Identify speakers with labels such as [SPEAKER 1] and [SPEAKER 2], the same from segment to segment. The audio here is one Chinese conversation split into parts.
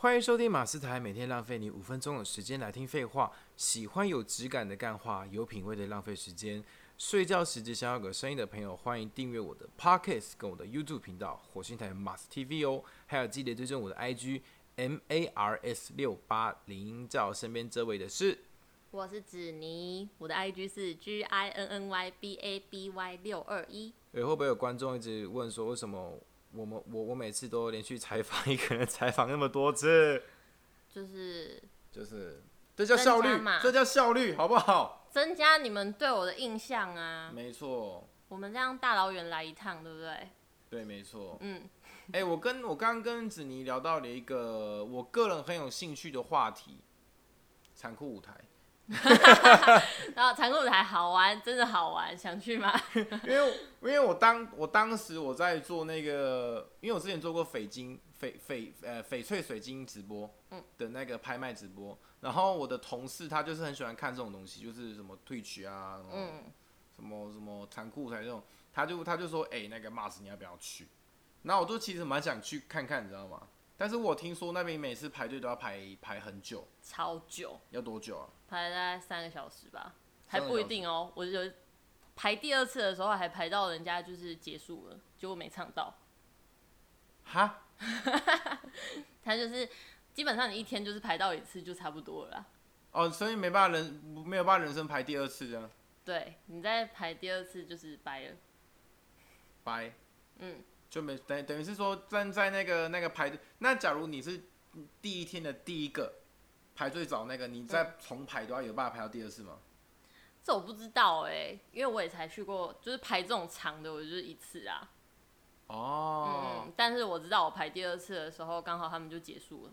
[SPEAKER 1] 欢迎收听马斯台，每天浪费你五分钟的时间来听废话。喜欢有质感的干话，有品味的浪费时间。睡觉时间想要个声音的朋友，欢迎订阅我的 Podcast 跟我的 YouTube 频道火星台 Mars TV 哦，还有记得追踪我的 IG M A R S 六八林照身边这位的是。
[SPEAKER 2] 我是子妮，我的 IG 是 G I N N Y B A B Y 六二一。
[SPEAKER 1] 诶，会不会有观众一直问说，为什么我们我我每次都连续采访一个人，采访那么多次？
[SPEAKER 2] 就是
[SPEAKER 1] 就是这叫效
[SPEAKER 2] 增加
[SPEAKER 1] 率
[SPEAKER 2] 嘛，
[SPEAKER 1] 这叫效率，好不好？
[SPEAKER 2] 增加你们对我的印象啊！
[SPEAKER 1] 没错，
[SPEAKER 2] 我们这样大老远来一趟，对不对？
[SPEAKER 1] 对，没错。
[SPEAKER 2] 嗯，
[SPEAKER 1] 哎、我跟我刚刚跟子妮聊到了一个我个人很有兴趣的话 题——残酷舞台，
[SPEAKER 2] 然后残酷舞台好玩，真的好玩，想去吗？
[SPEAKER 1] 因为因为我当我当时我在做那个，因为我之前做过翡金翡翡呃翡翠水晶直播，
[SPEAKER 2] 嗯
[SPEAKER 1] 的那个拍卖直播，然后我的同事他就是很喜欢看这种东西，就是什么 Twitch 啊，什么
[SPEAKER 2] 嗯，
[SPEAKER 1] 什么什么残酷舞台这种，他就他就说，哎、那个 Mars 你要不要去？然后我就其实蛮想去看看，你知道吗？但是我听说那边每次排队都要排排很久，
[SPEAKER 2] 超久，
[SPEAKER 1] 要多久啊？
[SPEAKER 2] 排大概三个小时吧，还
[SPEAKER 1] 三个
[SPEAKER 2] 不一定哦。我有排第二次的时候，还排到人家就是结束了，结果没唱到。
[SPEAKER 1] 哈，
[SPEAKER 2] 他就是基本上你一天就是排到一次就差不多了啦。
[SPEAKER 1] 哦，所以没办法人没有办法人生排第二次这样，
[SPEAKER 2] 对，你再排第二次就是掰了。
[SPEAKER 1] 拜，
[SPEAKER 2] 嗯，
[SPEAKER 1] 就没等等于是说站在那个那个排队，那假如你是第一天的第一个排最早那个，你再重排的话，有办法排到第二次吗？
[SPEAKER 2] 这我不知道哎、因为我也才去过，就是排这种长的，我就是一次啊。
[SPEAKER 1] 哦，
[SPEAKER 2] 嗯，但是我知道我排第二次的时候，刚好他们就结束了，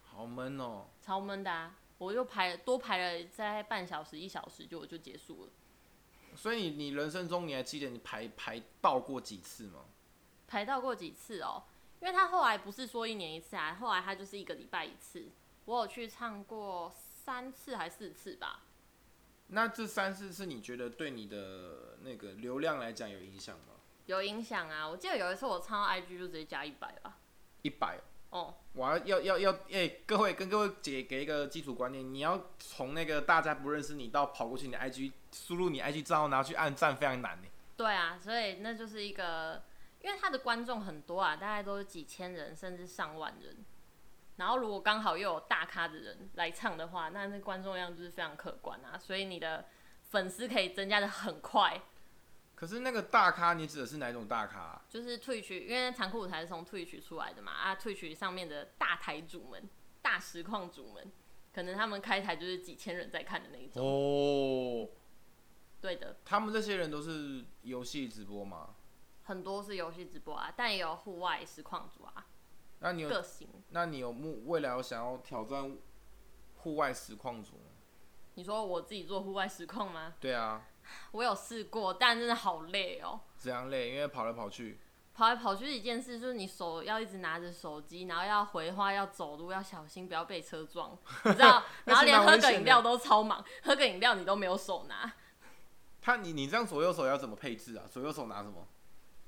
[SPEAKER 1] 好闷哦，
[SPEAKER 2] 超闷的啊。我又排多排了在半小时一小时，就我就结束了，
[SPEAKER 1] 所以你你人生中你还记得你排排爆过几次吗？
[SPEAKER 2] 排到过几次哦。因为他后来不是说一年一次啊，后来他就是一个礼拜一次。我有去唱过三次还四次吧，
[SPEAKER 1] 那这三次是你觉得对你的那个流量来讲有影响吗？
[SPEAKER 2] 有影响啊。我记得有一次我唱到 IG 就直接加一百吧。
[SPEAKER 1] 一百，
[SPEAKER 2] 哦，
[SPEAKER 1] 我要要要要，哎、各位跟各位姐给一个基础观念，你要从那个大家不认识你到跑过去你的 IG 输入你 IG 账号拿去按赞非常难呢。
[SPEAKER 2] 对啊，所以那就是一个，因为他的观众很多啊，大概都是几千人甚至上万人。然后如果刚好又有大咖的人来唱的话，那那观众量就是非常可观啊，所以你的粉丝可以增加的很快。
[SPEAKER 1] 可是那个大咖，你指的是哪种大咖啊、
[SPEAKER 2] 就是退曲，因为残酷舞台是从退曲出来的嘛，啊，退曲上面的大台主们、大实况主们，可能他们开台就是几千人在看的那一种。
[SPEAKER 1] 哦，
[SPEAKER 2] 对的，
[SPEAKER 1] 他们这些人都是游戏直播吗？
[SPEAKER 2] 很多是游戏直播啊，但也有户外实况组啊，
[SPEAKER 1] 那你有，
[SPEAKER 2] 各型。
[SPEAKER 1] 那你有目未来有想要挑战户外实况组吗？
[SPEAKER 2] 你说我自己做户外实况吗？
[SPEAKER 1] 对啊，
[SPEAKER 2] 我有试过，但真的好累哦。
[SPEAKER 1] 这样累，因为跑来跑去。
[SPEAKER 2] 跑来跑去一件事，就是你手要一直拿着手机，然后要回话，要走路，要小心不要被车撞，你知道？然后连喝个饮料都超忙，喝个饮料你都没有手拿。
[SPEAKER 1] 他你你这样左右手要怎么配置啊？左右手拿什么？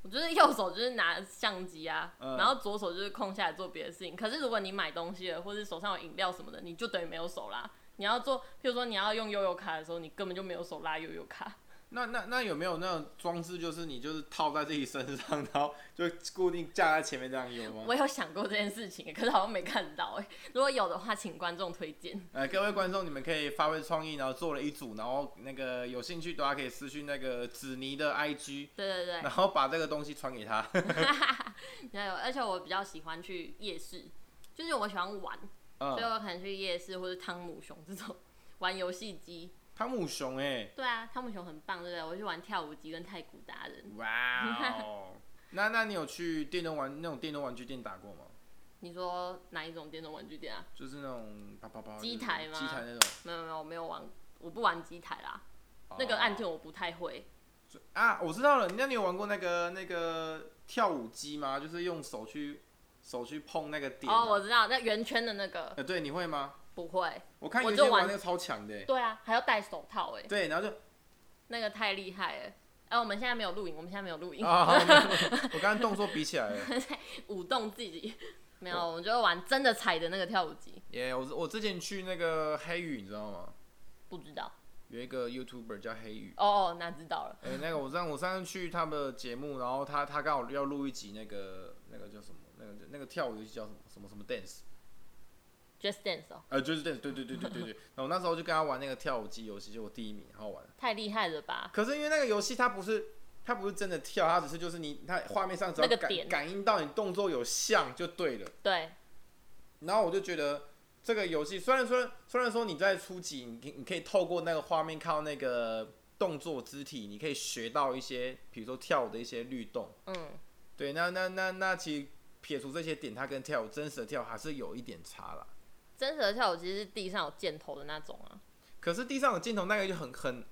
[SPEAKER 2] 我就是右手就是拿相机啊，
[SPEAKER 1] 嗯
[SPEAKER 2] 然后左手就是空下来做别的事情。可是如果你买东西了，或是手上有饮料什么的，你就等于没有手啦。你要做，譬如说你要用悠悠卡的时候，你根本就没有手拉悠悠卡。
[SPEAKER 1] 那那那有没有那种装置，就是你就是套在自己身上，然后就固定架在前面这样有吗？
[SPEAKER 2] 我有想过这件事情，可是好像没看到哎、如果有的话，请观众推荐。
[SPEAKER 1] 呃，各位观众，你们可以发挥创意，然后做了一组，然后那个有兴趣的话可以私讯那个子妮的 IG，
[SPEAKER 2] 对对对，
[SPEAKER 1] 然后把这个东西传给他。
[SPEAKER 2] 还有，而且我比较喜欢去夜市，就是我喜欢玩，所以
[SPEAKER 1] 嗯，
[SPEAKER 2] 我可能去夜市或者汤姆熊这种玩游戏机。
[SPEAKER 1] 汤姆熊哎、
[SPEAKER 2] 对啊，汤姆熊很棒，对不对？我去玩跳舞机跟太鼓达人。
[SPEAKER 1] 哇 哦！那那你有去电动玩那种电动玩具店打过吗？
[SPEAKER 2] 你说哪一种电动玩具店啊？
[SPEAKER 1] 就是那种啪啪啪
[SPEAKER 2] 机台吗
[SPEAKER 1] 机台那种。
[SPEAKER 2] 没有没有，我没有玩，我不玩机台啦，那个
[SPEAKER 1] 哦
[SPEAKER 2] 按键我不太会。
[SPEAKER 1] 啊，我知道了。那你有玩过那个那个跳舞机吗？就是用手去手去碰那个点、啊。
[SPEAKER 2] 哦，我知道，那圆圈的那个
[SPEAKER 1] 呃，对，你会吗？
[SPEAKER 2] 不会。
[SPEAKER 1] 我看有
[SPEAKER 2] 我
[SPEAKER 1] 些
[SPEAKER 2] 就
[SPEAKER 1] 人玩
[SPEAKER 2] 玩
[SPEAKER 1] 那个超强的欸、
[SPEAKER 2] 对啊，还要戴手套哎、
[SPEAKER 1] 对，然后就
[SPEAKER 2] 那个太厉害了。哎、我们现在没
[SPEAKER 1] 哦
[SPEAKER 2] 有录影，我们现在没有录影，
[SPEAKER 1] 啊，好没有我刚刚动作比起来了。
[SPEAKER 2] 舞动自己。 没
[SPEAKER 1] 哦
[SPEAKER 2] 有，我们就会玩真的踩的那个跳舞机，
[SPEAKER 1] 耶、我我之前去那个黑羽，你知道吗？
[SPEAKER 2] 不知道。
[SPEAKER 1] 有一个 YouTuber 叫黑羽，
[SPEAKER 2] 哦哦，那知道了。
[SPEAKER 1] 哎、那个我上我上次去他们的节目，然后他他刚好要录一集那个那个叫什么，那个那个跳舞游戏叫什么什么什么 dance，
[SPEAKER 2] Just Dance 哦，
[SPEAKER 1] 呃，就是 dance，对对对对对对。然后我那时候就跟他玩那个跳舞机游戏，就我第一名，很好玩。
[SPEAKER 2] 太厉害了吧！
[SPEAKER 1] 可是因为那个游戏它不是它不是真的跳，它只是就是你它画面上只要
[SPEAKER 2] 那个
[SPEAKER 1] 感
[SPEAKER 2] 点
[SPEAKER 1] 感应到你动作有像就对了。
[SPEAKER 2] 对，
[SPEAKER 1] 然后我就觉得这个游戏虽然说虽然说你在初级，你可以你可以透过那个画面看到那个动作肢体，你可以学到一些，比如说跳舞的一些律动。
[SPEAKER 2] 嗯，
[SPEAKER 1] 对，那那那那其实撇除这些点，它跟跳舞真实的跳还是有一点差啦。
[SPEAKER 2] 真实的跳舞其实是地上有箭头的那种啊。
[SPEAKER 1] 可是地上有镜头那个就很很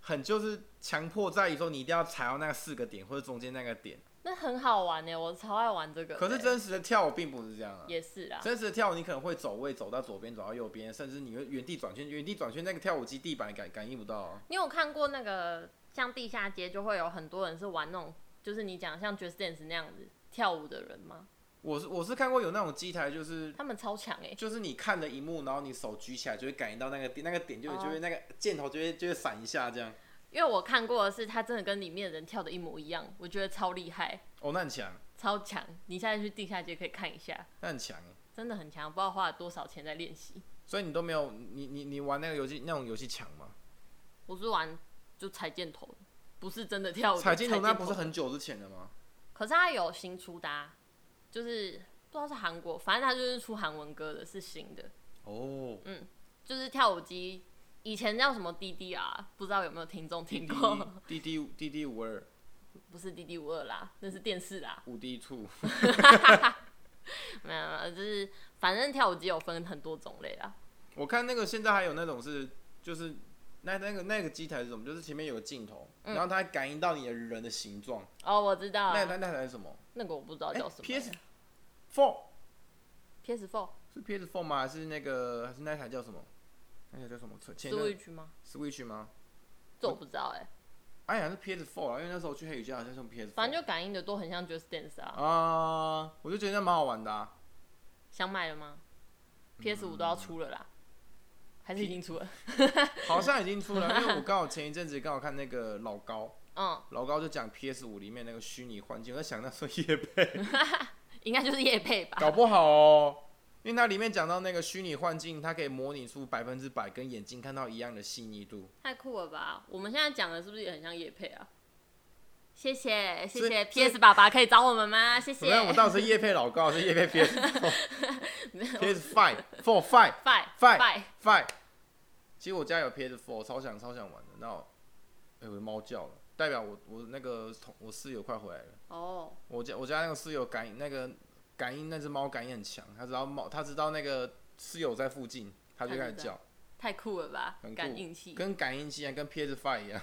[SPEAKER 1] 很就是强迫在于说你一定要踩到那四个点或者中间那个点。
[SPEAKER 2] 那很好玩呢，我超爱玩这个的。
[SPEAKER 1] 可是真实的跳舞并不是这样啊。
[SPEAKER 2] 也是啦，
[SPEAKER 1] 真实的跳舞，你可能会走位，走到左边，走到右边，甚至你会原地转圈，原地转圈那个跳舞机地板感感应不到、啊。
[SPEAKER 2] 你有看过那个像地下街就会有很多人是玩那种，就是你讲像 Just Dance 那样子跳舞的人吗？
[SPEAKER 1] 我是我是看过有那种机台，就是
[SPEAKER 2] 他们超强哎、
[SPEAKER 1] 就是你看着荧幕，然后你手举起来就会感应到那个点，那个点就会
[SPEAKER 2] 哦
[SPEAKER 1] 就会那个箭头就会就会闪一下这样。
[SPEAKER 2] 因为我看过的是他真的跟里面的人跳的一模一样，我觉得超厉害，
[SPEAKER 1] 哦，那很强，
[SPEAKER 2] 超强。你现在去地下街可以看一下，
[SPEAKER 1] 那很强欸。
[SPEAKER 2] 真的很强，不知道花了多少钱在练习。
[SPEAKER 1] 所以你都没有你你你玩那个游戏那种游戏强吗？
[SPEAKER 2] 我是玩就踩箭头，不是真的跳舞的。
[SPEAKER 1] 踩镜头那
[SPEAKER 2] 的
[SPEAKER 1] 不是很久之前的吗？
[SPEAKER 2] 可是他有新出的、啊，就是不知道是韩国，反正他就是出韩文歌的，是新的，
[SPEAKER 1] 哦，
[SPEAKER 2] 就是跳舞机。以前叫什么 DDR，不知道有没有听众听过？
[SPEAKER 1] D D D D 五二
[SPEAKER 2] 不是 DD 五二啦，那是电视啦。
[SPEAKER 1] 五 D two，
[SPEAKER 2] 没有，没有，就是反正跳舞机有分很多种类啦。
[SPEAKER 1] 我看那个现在还有那种是，就是那那个那个机台是什么？就是前面有个镜头，
[SPEAKER 2] 嗯
[SPEAKER 1] 然后它感应到你的人的形状。
[SPEAKER 2] 哦，我知道
[SPEAKER 1] 那那
[SPEAKER 2] 了，
[SPEAKER 1] 那台是什么
[SPEAKER 2] 那个我不知道叫什
[SPEAKER 1] 哎
[SPEAKER 2] 么。
[SPEAKER 1] PS？Four
[SPEAKER 2] PS Four
[SPEAKER 1] 是 PS Four 吗？还是那个还是那台叫什么？那台叫什么？前前
[SPEAKER 2] Switch 吗？
[SPEAKER 1] Switch 吗？
[SPEAKER 2] 这我不知道哎、
[SPEAKER 1] 哎呀，是 PS Four 啊，因为那时候去黑雨家好像是用 PS。
[SPEAKER 2] 反正就感应的都很像 Just Dance 啊。
[SPEAKER 1] 啊，我就觉得那蛮好玩的啊。
[SPEAKER 2] 想买了吗？PS 五都要出了啦，还是已经出了？
[SPEAKER 1] 好像已经出 了，因为我刚好前一阵子刚好看那个老高，
[SPEAKER 2] 嗯，
[SPEAKER 1] 老高就讲 PS 五里面那个虚拟环境，我在想那时候也被。
[SPEAKER 2] 应该就是夜配吧。
[SPEAKER 1] 搞不好哦，因为它里面讲到那个虚拟幻境，它可以模拟出百分之百跟眼睛看到一样的细腻度。
[SPEAKER 2] 太酷了吧！我们现在讲的是不是也很像夜配啊？谢谢
[SPEAKER 1] 所
[SPEAKER 2] 谢
[SPEAKER 1] 以
[SPEAKER 2] 谢
[SPEAKER 1] 所以
[SPEAKER 2] ，PS 爸爸可以找我 们吗？谢
[SPEAKER 1] 怎
[SPEAKER 2] 谢
[SPEAKER 1] 么。样？我到底是叶配老高，还是叶 配 PS PS Five Four Five
[SPEAKER 2] Bye
[SPEAKER 1] Five
[SPEAKER 2] bye，
[SPEAKER 1] Five？其实我家有 PS Four，超想超想玩的。那我，哎、我的猫叫了，代表我我那个同我室友快回来了。
[SPEAKER 2] 哦，
[SPEAKER 1] 我家我家那个室友感应那个感应那只猫感应很强，它知道猫它知道那个室友在附近，它就开始
[SPEAKER 2] 它知道
[SPEAKER 1] 叫，
[SPEAKER 2] 太酷了吧
[SPEAKER 1] 很！酷
[SPEAKER 2] 感应器
[SPEAKER 1] 跟感应器一样，跟 PS Five 一样。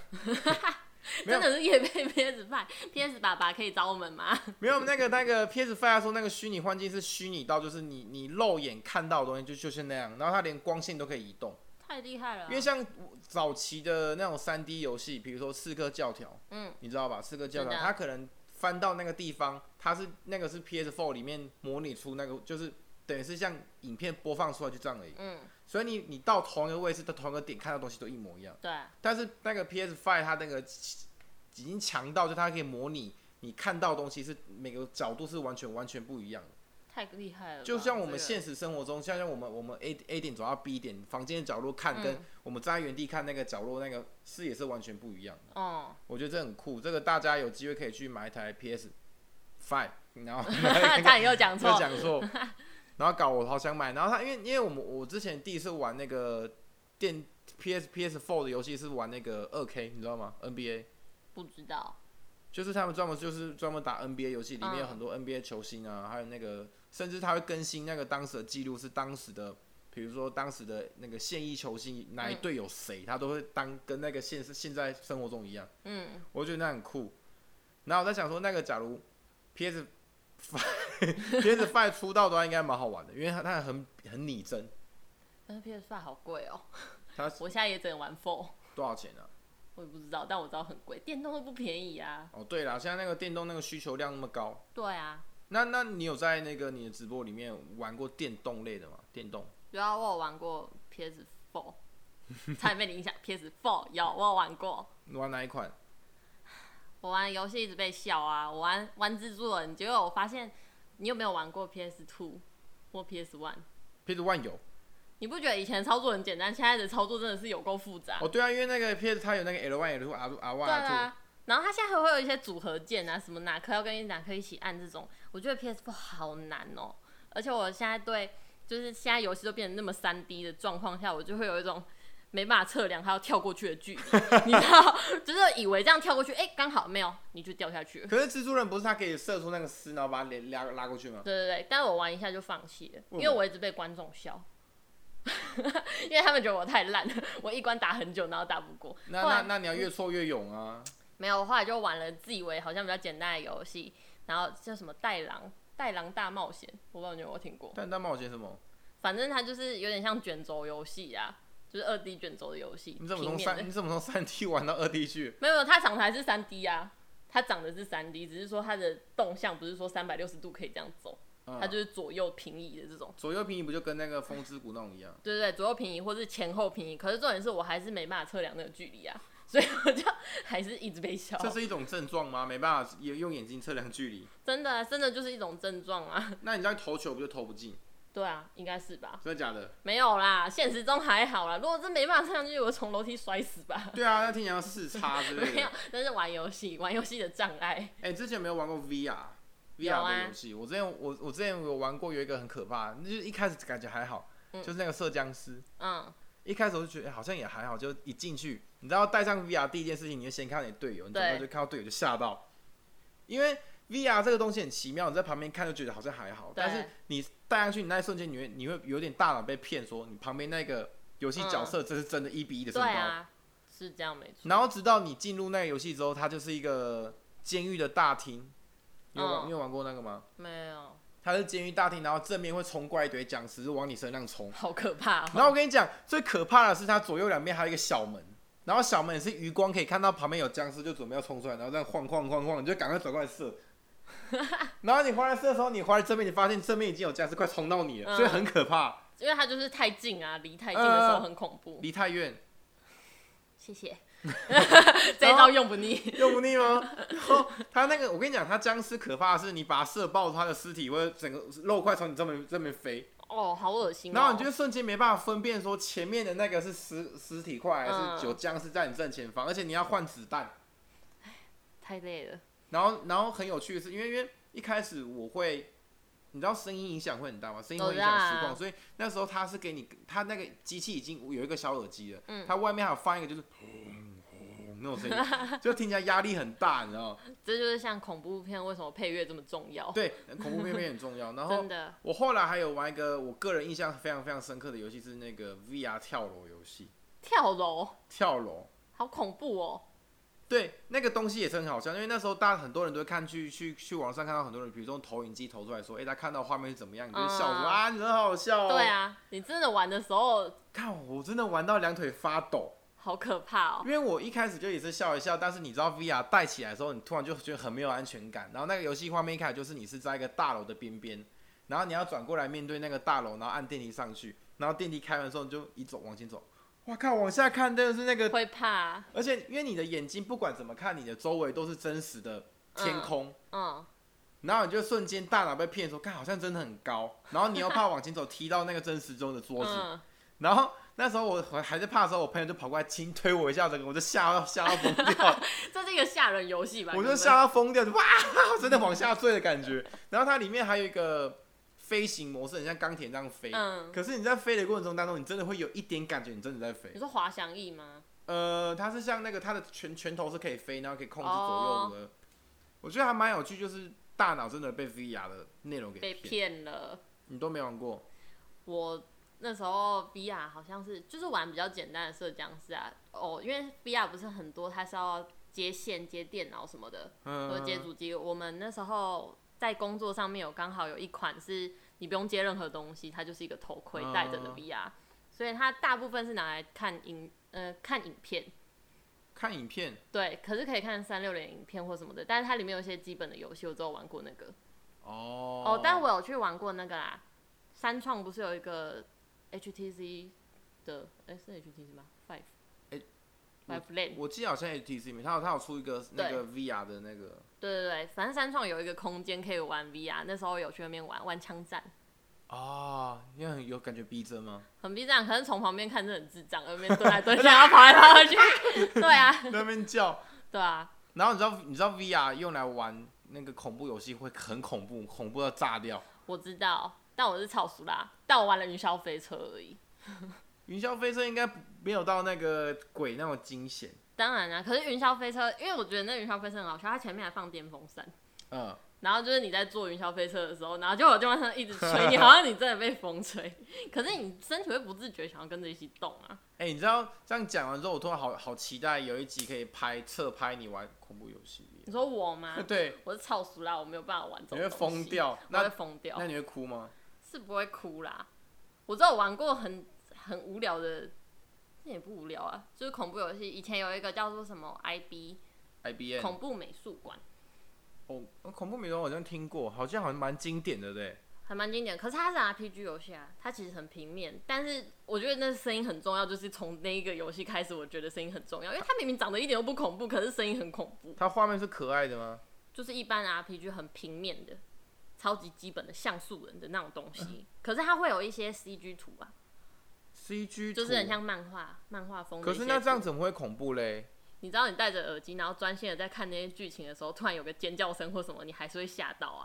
[SPEAKER 1] 没有
[SPEAKER 2] 真的是夜配 PS 派 PS 爸爸可以找我们吗？
[SPEAKER 1] 没有那个那个 PS Five 说那个虚拟幻境是虚拟到就是你你肉眼看到的东西就就是那样，然后它连光线都可以移动，
[SPEAKER 2] 太厉害了啊
[SPEAKER 1] 因！为像早期的那种3 D 游戏，比如说《刺客教条》，
[SPEAKER 2] 嗯，
[SPEAKER 1] 你知道吧？《刺客教条
[SPEAKER 2] 知》道
[SPEAKER 1] 它可能翻到那个地方，它是那个是 PS Four 里面模拟出那个就是。等于是像影片播放出来就这样而已，
[SPEAKER 2] 嗯，
[SPEAKER 1] 所以你你到同一个位置、到同一个点看到的东西都一模一样。
[SPEAKER 2] 对啊，
[SPEAKER 1] 但是那个 PS Five 它那个已经强到，就它可以模拟你看到的东西是每个角度是完全完全不一样的。
[SPEAKER 2] 太厉害了吧！
[SPEAKER 1] 就像我们
[SPEAKER 2] 这个
[SPEAKER 1] 现实生活中，像像我们我们 A A 点走到 B 点，房间的角落看，
[SPEAKER 2] 嗯
[SPEAKER 1] 跟我们站在原地看那个角落那个视野是完全不一样的。
[SPEAKER 2] 哦，
[SPEAKER 1] 我觉得这很酷，这个大家有机会可以去买一台 PS Five，然 后
[SPEAKER 2] 但你又讲
[SPEAKER 1] 在
[SPEAKER 2] 错，
[SPEAKER 1] 讲座， 然后搞我好想买，然后他因为因为我们我之前第一次玩那个电 PS PS Four 的游戏是玩那个二 K，你知道吗？NBA
[SPEAKER 2] 不知道
[SPEAKER 1] 就是他们专门就是专门打 NBA 游戏，里面有
[SPEAKER 2] 嗯
[SPEAKER 1] 很多 NBA 球星啊，还有那个甚至他会更新那个当时的记录是当时的。比如说当时的那个现役球星哪一队有谁，他都会当跟那个现实现在生活中一样，
[SPEAKER 2] 嗯，
[SPEAKER 1] 我觉得那很酷。然后我在想说，那个假如 PS Five PS Five 出道的话，应该蛮好玩的，因为它它很很拟真。
[SPEAKER 2] 但是 PS 派好贵哦，
[SPEAKER 1] 它
[SPEAKER 2] 我现在也只能玩 Four，
[SPEAKER 1] 多少钱啊？
[SPEAKER 2] 我也不知道，但我知道很贵，电动都不便宜啊。
[SPEAKER 1] 哦，对啦，现在那个电动那个需求量那么高，
[SPEAKER 2] 对啊，
[SPEAKER 1] 那那你有在那个你的直播里面玩过电动类的吗？电动
[SPEAKER 2] 有啊，我有玩过 PS Four，差点被你影响。PS Four 有，我有玩过。
[SPEAKER 1] 你玩哪一款？
[SPEAKER 2] 我玩游戏一直被笑啊，我玩玩蜘蛛人，结果我发现你有没有玩过 PS Two 或 PS One？
[SPEAKER 1] PS One 有
[SPEAKER 2] 你不觉得以前操作很简单，现在的操作真的是有够复杂？
[SPEAKER 1] 哦，对啊，因为那个 PS 它有那个 L one、L two、R two、R one、
[SPEAKER 2] 对
[SPEAKER 1] R
[SPEAKER 2] 啊，然后它现在还会有一些组合键啊，什么哪颗要跟哪颗一起按这种，我觉得 PS4 好难哦。而且我现在对，就是现在游戏都变成那么三 D 的状况下，我就会有一种没办法测量它要跳过去的距离，你知道，就是以为这样跳过去，哎、刚好没有，你就掉下去了
[SPEAKER 1] two。。可是蜘蛛人不是它可以射出那个丝，然后把它拉拉拉过去吗？
[SPEAKER 2] 对对对，但我玩一下就放弃了，因
[SPEAKER 1] 为什么
[SPEAKER 2] 为我一直被观众笑， 因为他们觉得我太烂了，我一关打很久，然后打不过。
[SPEAKER 1] 那
[SPEAKER 2] 后来
[SPEAKER 1] 那那你要越挫越勇啊！
[SPEAKER 2] 没有，我后来就玩了自以为好像比较简单的游戏，然后叫什么《带狼》《带狼大冒险》，我不知道你有没有听过。
[SPEAKER 1] 但但冒险什么？
[SPEAKER 2] 反正它就是有点像卷轴游戏啊，就是二 D 卷轴的游戏，
[SPEAKER 1] 你怎么从
[SPEAKER 2] 平面的
[SPEAKER 1] 三？你怎么从三 D 玩到二 D 去？
[SPEAKER 2] 没有，没有它长得还是三 D 啊，它长的是三 D，只是说它的动向不是说三百六十度可以这样走，
[SPEAKER 1] 嗯
[SPEAKER 2] 它就是左右平移的这种。
[SPEAKER 1] 左右平移不就跟那个风之谷那种一 样？
[SPEAKER 2] 对对对，左右平移或是前后平移，可是重点是我还是没办法测量那个距离啊， 所以我就还是一直被笑。
[SPEAKER 1] 这是一种症状吗？没办法，也用眼睛测量距离。
[SPEAKER 2] 真的啊、真的就是一种症状啊。
[SPEAKER 1] 那你这样投球不就投不进？
[SPEAKER 2] 对啊，应该是吧。
[SPEAKER 1] 真的假的？
[SPEAKER 2] 没有啦，现实中还好啦。如果真没办法上去，我从楼梯摔死吧。
[SPEAKER 1] 对啊，那听起来像视差之类
[SPEAKER 2] 没有
[SPEAKER 1] 的。，
[SPEAKER 2] 那是玩游戏，玩游戏的障碍。
[SPEAKER 1] 哎、之前没有玩过 VR。
[SPEAKER 2] 有
[SPEAKER 1] VR
[SPEAKER 2] 啊
[SPEAKER 1] 的游戏，我之前我我之前有玩过，有一个很可怕，就是一开始感觉还好，
[SPEAKER 2] 嗯
[SPEAKER 1] 就是那个射僵尸，
[SPEAKER 2] 嗯，
[SPEAKER 1] 一开始我就觉得、哎好像也还好，就一进去，你知道戴上 VR 第一件事情，你就先看到你的队友，你
[SPEAKER 2] 对
[SPEAKER 1] 转头就看到队友就吓到，因为 VR 这个东西很奇妙，你在旁边看就觉得好像还好，
[SPEAKER 2] 对
[SPEAKER 1] 但是你戴上去，你那一瞬间你会你会有点大脑被骗，说你旁边那个游戏角色这是真的一比一的身
[SPEAKER 2] 嗯对
[SPEAKER 1] 高，
[SPEAKER 2] 啊，是这样没错。
[SPEAKER 1] 然后直到你进入那个游戏之后，它就是一个监狱的大厅，你有玩、
[SPEAKER 2] 嗯
[SPEAKER 1] 你有玩过那个吗？
[SPEAKER 2] 没有，
[SPEAKER 1] 它是监狱大厅，然后正面会冲过来一堆僵尸往你身上冲。
[SPEAKER 2] 好可怕、
[SPEAKER 1] 然
[SPEAKER 2] 哦。
[SPEAKER 1] 后我跟你讲，最可怕的是它左右两边还有一个小门，然后小门也是余光可以看到旁边有僵尸，就准备要冲出来，然后这样晃晃晃晃，你就赶快走过来 射。然后你回来射的时候，你回来正面，你发现正面已经有僵尸快冲到你了，
[SPEAKER 2] 嗯
[SPEAKER 1] 所以很可怕，
[SPEAKER 2] 因为它就是太近啊，离太近的时候
[SPEAKER 1] 嗯
[SPEAKER 2] 很恐怖。
[SPEAKER 1] 离太远，
[SPEAKER 2] 谢谢， 这一招用不腻。
[SPEAKER 1] 用不腻吗？ 然后他那个，我跟你讲，他僵尸可怕的是，你把它射爆，他的尸体会整个肉块从你这边这边飞，
[SPEAKER 2] 哦，好恶心、哦。
[SPEAKER 1] 然后你就会瞬间没办法分辨说前面的那个是尸尸体块还
[SPEAKER 2] 嗯
[SPEAKER 1] 是有僵尸在你正前方，而且你要换子弹。
[SPEAKER 2] 太累了。
[SPEAKER 1] 然后然后很有趣的是，因为因为一开始我会，你知道声音影响会很大吗？声音会影响实
[SPEAKER 2] 我知
[SPEAKER 1] 况，
[SPEAKER 2] 道
[SPEAKER 1] 所以那时候它是给你，它那个机器已经有一个小耳机了，
[SPEAKER 2] 嗯
[SPEAKER 1] 它外面还有放一个就是 那种声 音，就听起来压力很大，你知道吗？
[SPEAKER 2] 这就是像恐怖片为什么配乐这么重 要。
[SPEAKER 1] 对，恐怖片片很重要。然后
[SPEAKER 2] 真的，
[SPEAKER 1] 我后来还有玩一个我个人印象非常非常深刻的游戏，是那个 VR 跳楼游戏，
[SPEAKER 2] 跳楼
[SPEAKER 1] 跳楼。
[SPEAKER 2] 好恐怖哦。
[SPEAKER 1] 对，那个东西也是很好笑，因为那时候大家很多人都会看去去去网上看到很多人，比如说用投影机投出来说，哎、他看到画面是怎么样，你就会笑说、
[SPEAKER 2] 嗯
[SPEAKER 1] 啊，你真的好笑、哦。
[SPEAKER 2] 对，啊，你真的玩的时候
[SPEAKER 1] 看我真的玩到两腿发抖，
[SPEAKER 2] 好可怕哦。
[SPEAKER 1] 因为我一开始就也是笑一笑，但是你知道 VR 戴起来的时候，你突然就觉得很没有安全感。然后那个游戏画面一开始就是你是在一个大楼的边边，然后你要转过来面对那个大楼，然后按电梯上去，然后电梯开门的时候你就一走往前走，哇靠，往下看真的是那个
[SPEAKER 2] 会怕，啊
[SPEAKER 1] 而且因为你的眼睛不管怎么看，你的周围都是真实的天空，
[SPEAKER 2] 嗯，
[SPEAKER 1] 然后你就瞬间大脑被骗说，看好像真的很高，然后你又怕往前走踢到那个真实中的桌子，
[SPEAKER 2] 嗯，
[SPEAKER 1] 然后那时候我还还在怕的时候，我朋友就跑过来轻推我一下，整个我就吓到吓到疯掉，
[SPEAKER 2] 这是一个吓人游戏吧？
[SPEAKER 1] 我
[SPEAKER 2] 对
[SPEAKER 1] 就
[SPEAKER 2] 不对
[SPEAKER 1] 吓到疯掉，就哇， 真的往下坠的感觉。然后它里面还有一个飞行模式，很像钢铁那样飞。
[SPEAKER 2] 嗯，
[SPEAKER 1] 可是你在飞的过程中当中，你真的会有一点感觉，你真的在飞
[SPEAKER 2] 你。说滑翔翼吗？
[SPEAKER 1] 呃，它是像那个它的拳拳头是可以飞，然后可以控制左右
[SPEAKER 2] 哦
[SPEAKER 1] 的。我觉得还蛮有趣，就是大脑真的被 VR 的内容给
[SPEAKER 2] 被
[SPEAKER 1] 骗，
[SPEAKER 2] 骗了。
[SPEAKER 1] 你都没玩过。
[SPEAKER 2] 我那时候 VR 好像是就是玩比较简单的射僵尸啊，哦，因为 VR 不是很多，它是要接线、接电脑什么的，或者接
[SPEAKER 1] 嗯，
[SPEAKER 2] 主机。我们那时候在工作上面有刚好有一款是你不用接任何东西，它就是一个头盔
[SPEAKER 1] 嗯
[SPEAKER 2] 戴着的 VR，、所以它大部分是拿来看影呃看影片。
[SPEAKER 1] 看影片
[SPEAKER 2] 对，可是可以看三六零影片或什么的，但是它里面有一些基本的游戏，我只有玩过那个。
[SPEAKER 1] 哦
[SPEAKER 2] 哦，但我有去玩过那个啦，三创不是有一个 HTC 的，哎、是 HTC 吗？Five，
[SPEAKER 1] 哎
[SPEAKER 2] f i v e Lane，
[SPEAKER 1] 我记得好像 HTC 里面，它有它有出一个那个 VR 的那个
[SPEAKER 2] 对对对，反正三创有一个空间可以玩 VR，那时候有去那边玩玩枪战，
[SPEAKER 1] 哦，因为很有感觉逼真吗？
[SPEAKER 2] 很逼样，可是从旁边看是很智障，那边蹲来蹲去，然后跑来跑去， 对啊，
[SPEAKER 1] 在那边叫，
[SPEAKER 2] 对啊，
[SPEAKER 1] 然后你知道你知道 VR 用来玩那个恐怖游戏会很恐怖，恐怖到炸掉。
[SPEAKER 2] 我知道，但我是超熟啦，但我玩了云霄飞车而已。
[SPEAKER 1] 云霄飞车应该不没有到那个鬼那么惊险，
[SPEAKER 2] 当然啦、啊可是云霄飞车，因为我觉得那云霄飞车很好笑，它前面还放电风扇，
[SPEAKER 1] 嗯，
[SPEAKER 2] 然后就是你在坐云霄飞车的时候，然后就有电风扇一直吹 你，好像你真的被风吹，可是你身体会不自觉想要跟着一起动啊。
[SPEAKER 1] 哎、你知道这样讲完之后，我突然好好期待有一集可以拍侧拍你玩恐怖游戏，？
[SPEAKER 2] 你说我吗
[SPEAKER 1] 对，
[SPEAKER 2] 我是超熟啦，我没有办法玩这
[SPEAKER 1] 你
[SPEAKER 2] 种
[SPEAKER 1] 会
[SPEAKER 2] 东西，
[SPEAKER 1] 疯掉。
[SPEAKER 2] 我会
[SPEAKER 1] 那
[SPEAKER 2] 疯掉
[SPEAKER 1] 那，你会哭吗？
[SPEAKER 2] 是不会哭啦。我知道我玩过很很无聊的，那也不无聊啊，就是恐怖游戏。以前有一个叫做什么 IB
[SPEAKER 1] I B N
[SPEAKER 2] 恐怖美术馆，
[SPEAKER 1] 哦，恐怖迷宫我好像听过，好像好像蛮经典的，对。
[SPEAKER 2] 还蛮经典。可是它是 RPG 游戏啊，它其实很平面，但是我觉得那声音很重要，就是从那一个游戏开始，我觉得声音很重要，因为它明明长得一点都不恐怖，可是声音很恐怖，
[SPEAKER 1] 它画面是可爱的吗？
[SPEAKER 2] 就是一般的 RPG 很平面的。超级基本的像素人的那种东
[SPEAKER 1] 嗯
[SPEAKER 2] 西，可是它会有一些 CG 图啊，
[SPEAKER 1] C G
[SPEAKER 2] 就是很。像漫画漫画风的
[SPEAKER 1] 可
[SPEAKER 2] 一些图。
[SPEAKER 1] 是那这样怎么会恐怖嘞？
[SPEAKER 2] 你知道你戴着耳机，然后专心的在看那些剧情的时候，突然有个尖叫声或什么，你还是会吓到啊，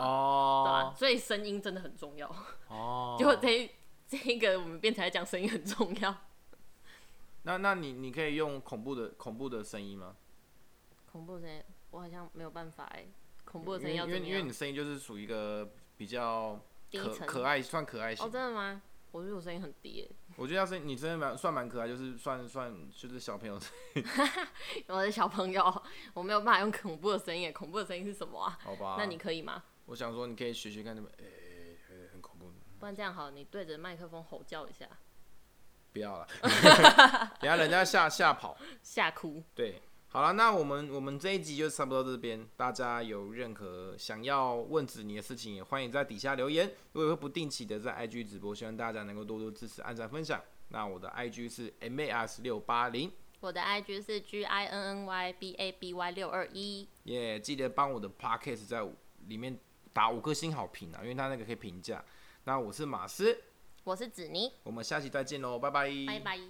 [SPEAKER 2] 对吧、
[SPEAKER 1] 哦
[SPEAKER 2] 所以声音真的很重要。
[SPEAKER 1] 哦
[SPEAKER 2] 结果这一这一个我们变才讲声音很重要，
[SPEAKER 1] 那那你你可以用恐怖的恐怖的声音吗？
[SPEAKER 2] 恐怖的声音我好像没有办法哎、恐怖的
[SPEAKER 1] 因
[SPEAKER 2] 声音
[SPEAKER 1] 为
[SPEAKER 2] 要
[SPEAKER 1] 因为
[SPEAKER 2] 怎么
[SPEAKER 1] 因为
[SPEAKER 2] 样
[SPEAKER 1] 你？声音就是属于一个比较
[SPEAKER 2] 低
[SPEAKER 1] 可
[SPEAKER 2] 沉
[SPEAKER 1] 可爱算可爱型
[SPEAKER 2] 哦，真的吗？我觉得我声音很低耶、
[SPEAKER 1] 我觉得要是你真的蛮算蛮可爱，就是算算就是小朋友
[SPEAKER 2] 我的小朋友，我没有办法用恐怖的声音耶、恐怖的声音是什么啊？
[SPEAKER 1] 好吧？
[SPEAKER 2] 那你可以吗？
[SPEAKER 1] 我想说你可以学学看那么，哎、哎哎很恐怖，
[SPEAKER 2] 不然这样好了，你对着麦克风吼叫一下，
[SPEAKER 1] 不 要了， 等下人家吓吓跑。
[SPEAKER 2] 吓哭。
[SPEAKER 1] 对，好了，那我们我们这一集就差不多到这边。大家有任何想要问子你的事情，也欢迎在底下留言。我也会不定期的在 IG 直播，希望大家能够多多支持、按赞、分享。那我的 IG 是 mars 六八零，
[SPEAKER 2] 我的 IG 是 G I N N Y B A B Y 六二一。
[SPEAKER 1] 也记得帮我的 Podcast 在里面打五颗星好评啊，因为它那个可以评价。那我是马斯，
[SPEAKER 2] 我是子妮，
[SPEAKER 1] 我们下期再见喽，拜拜，
[SPEAKER 2] 拜拜。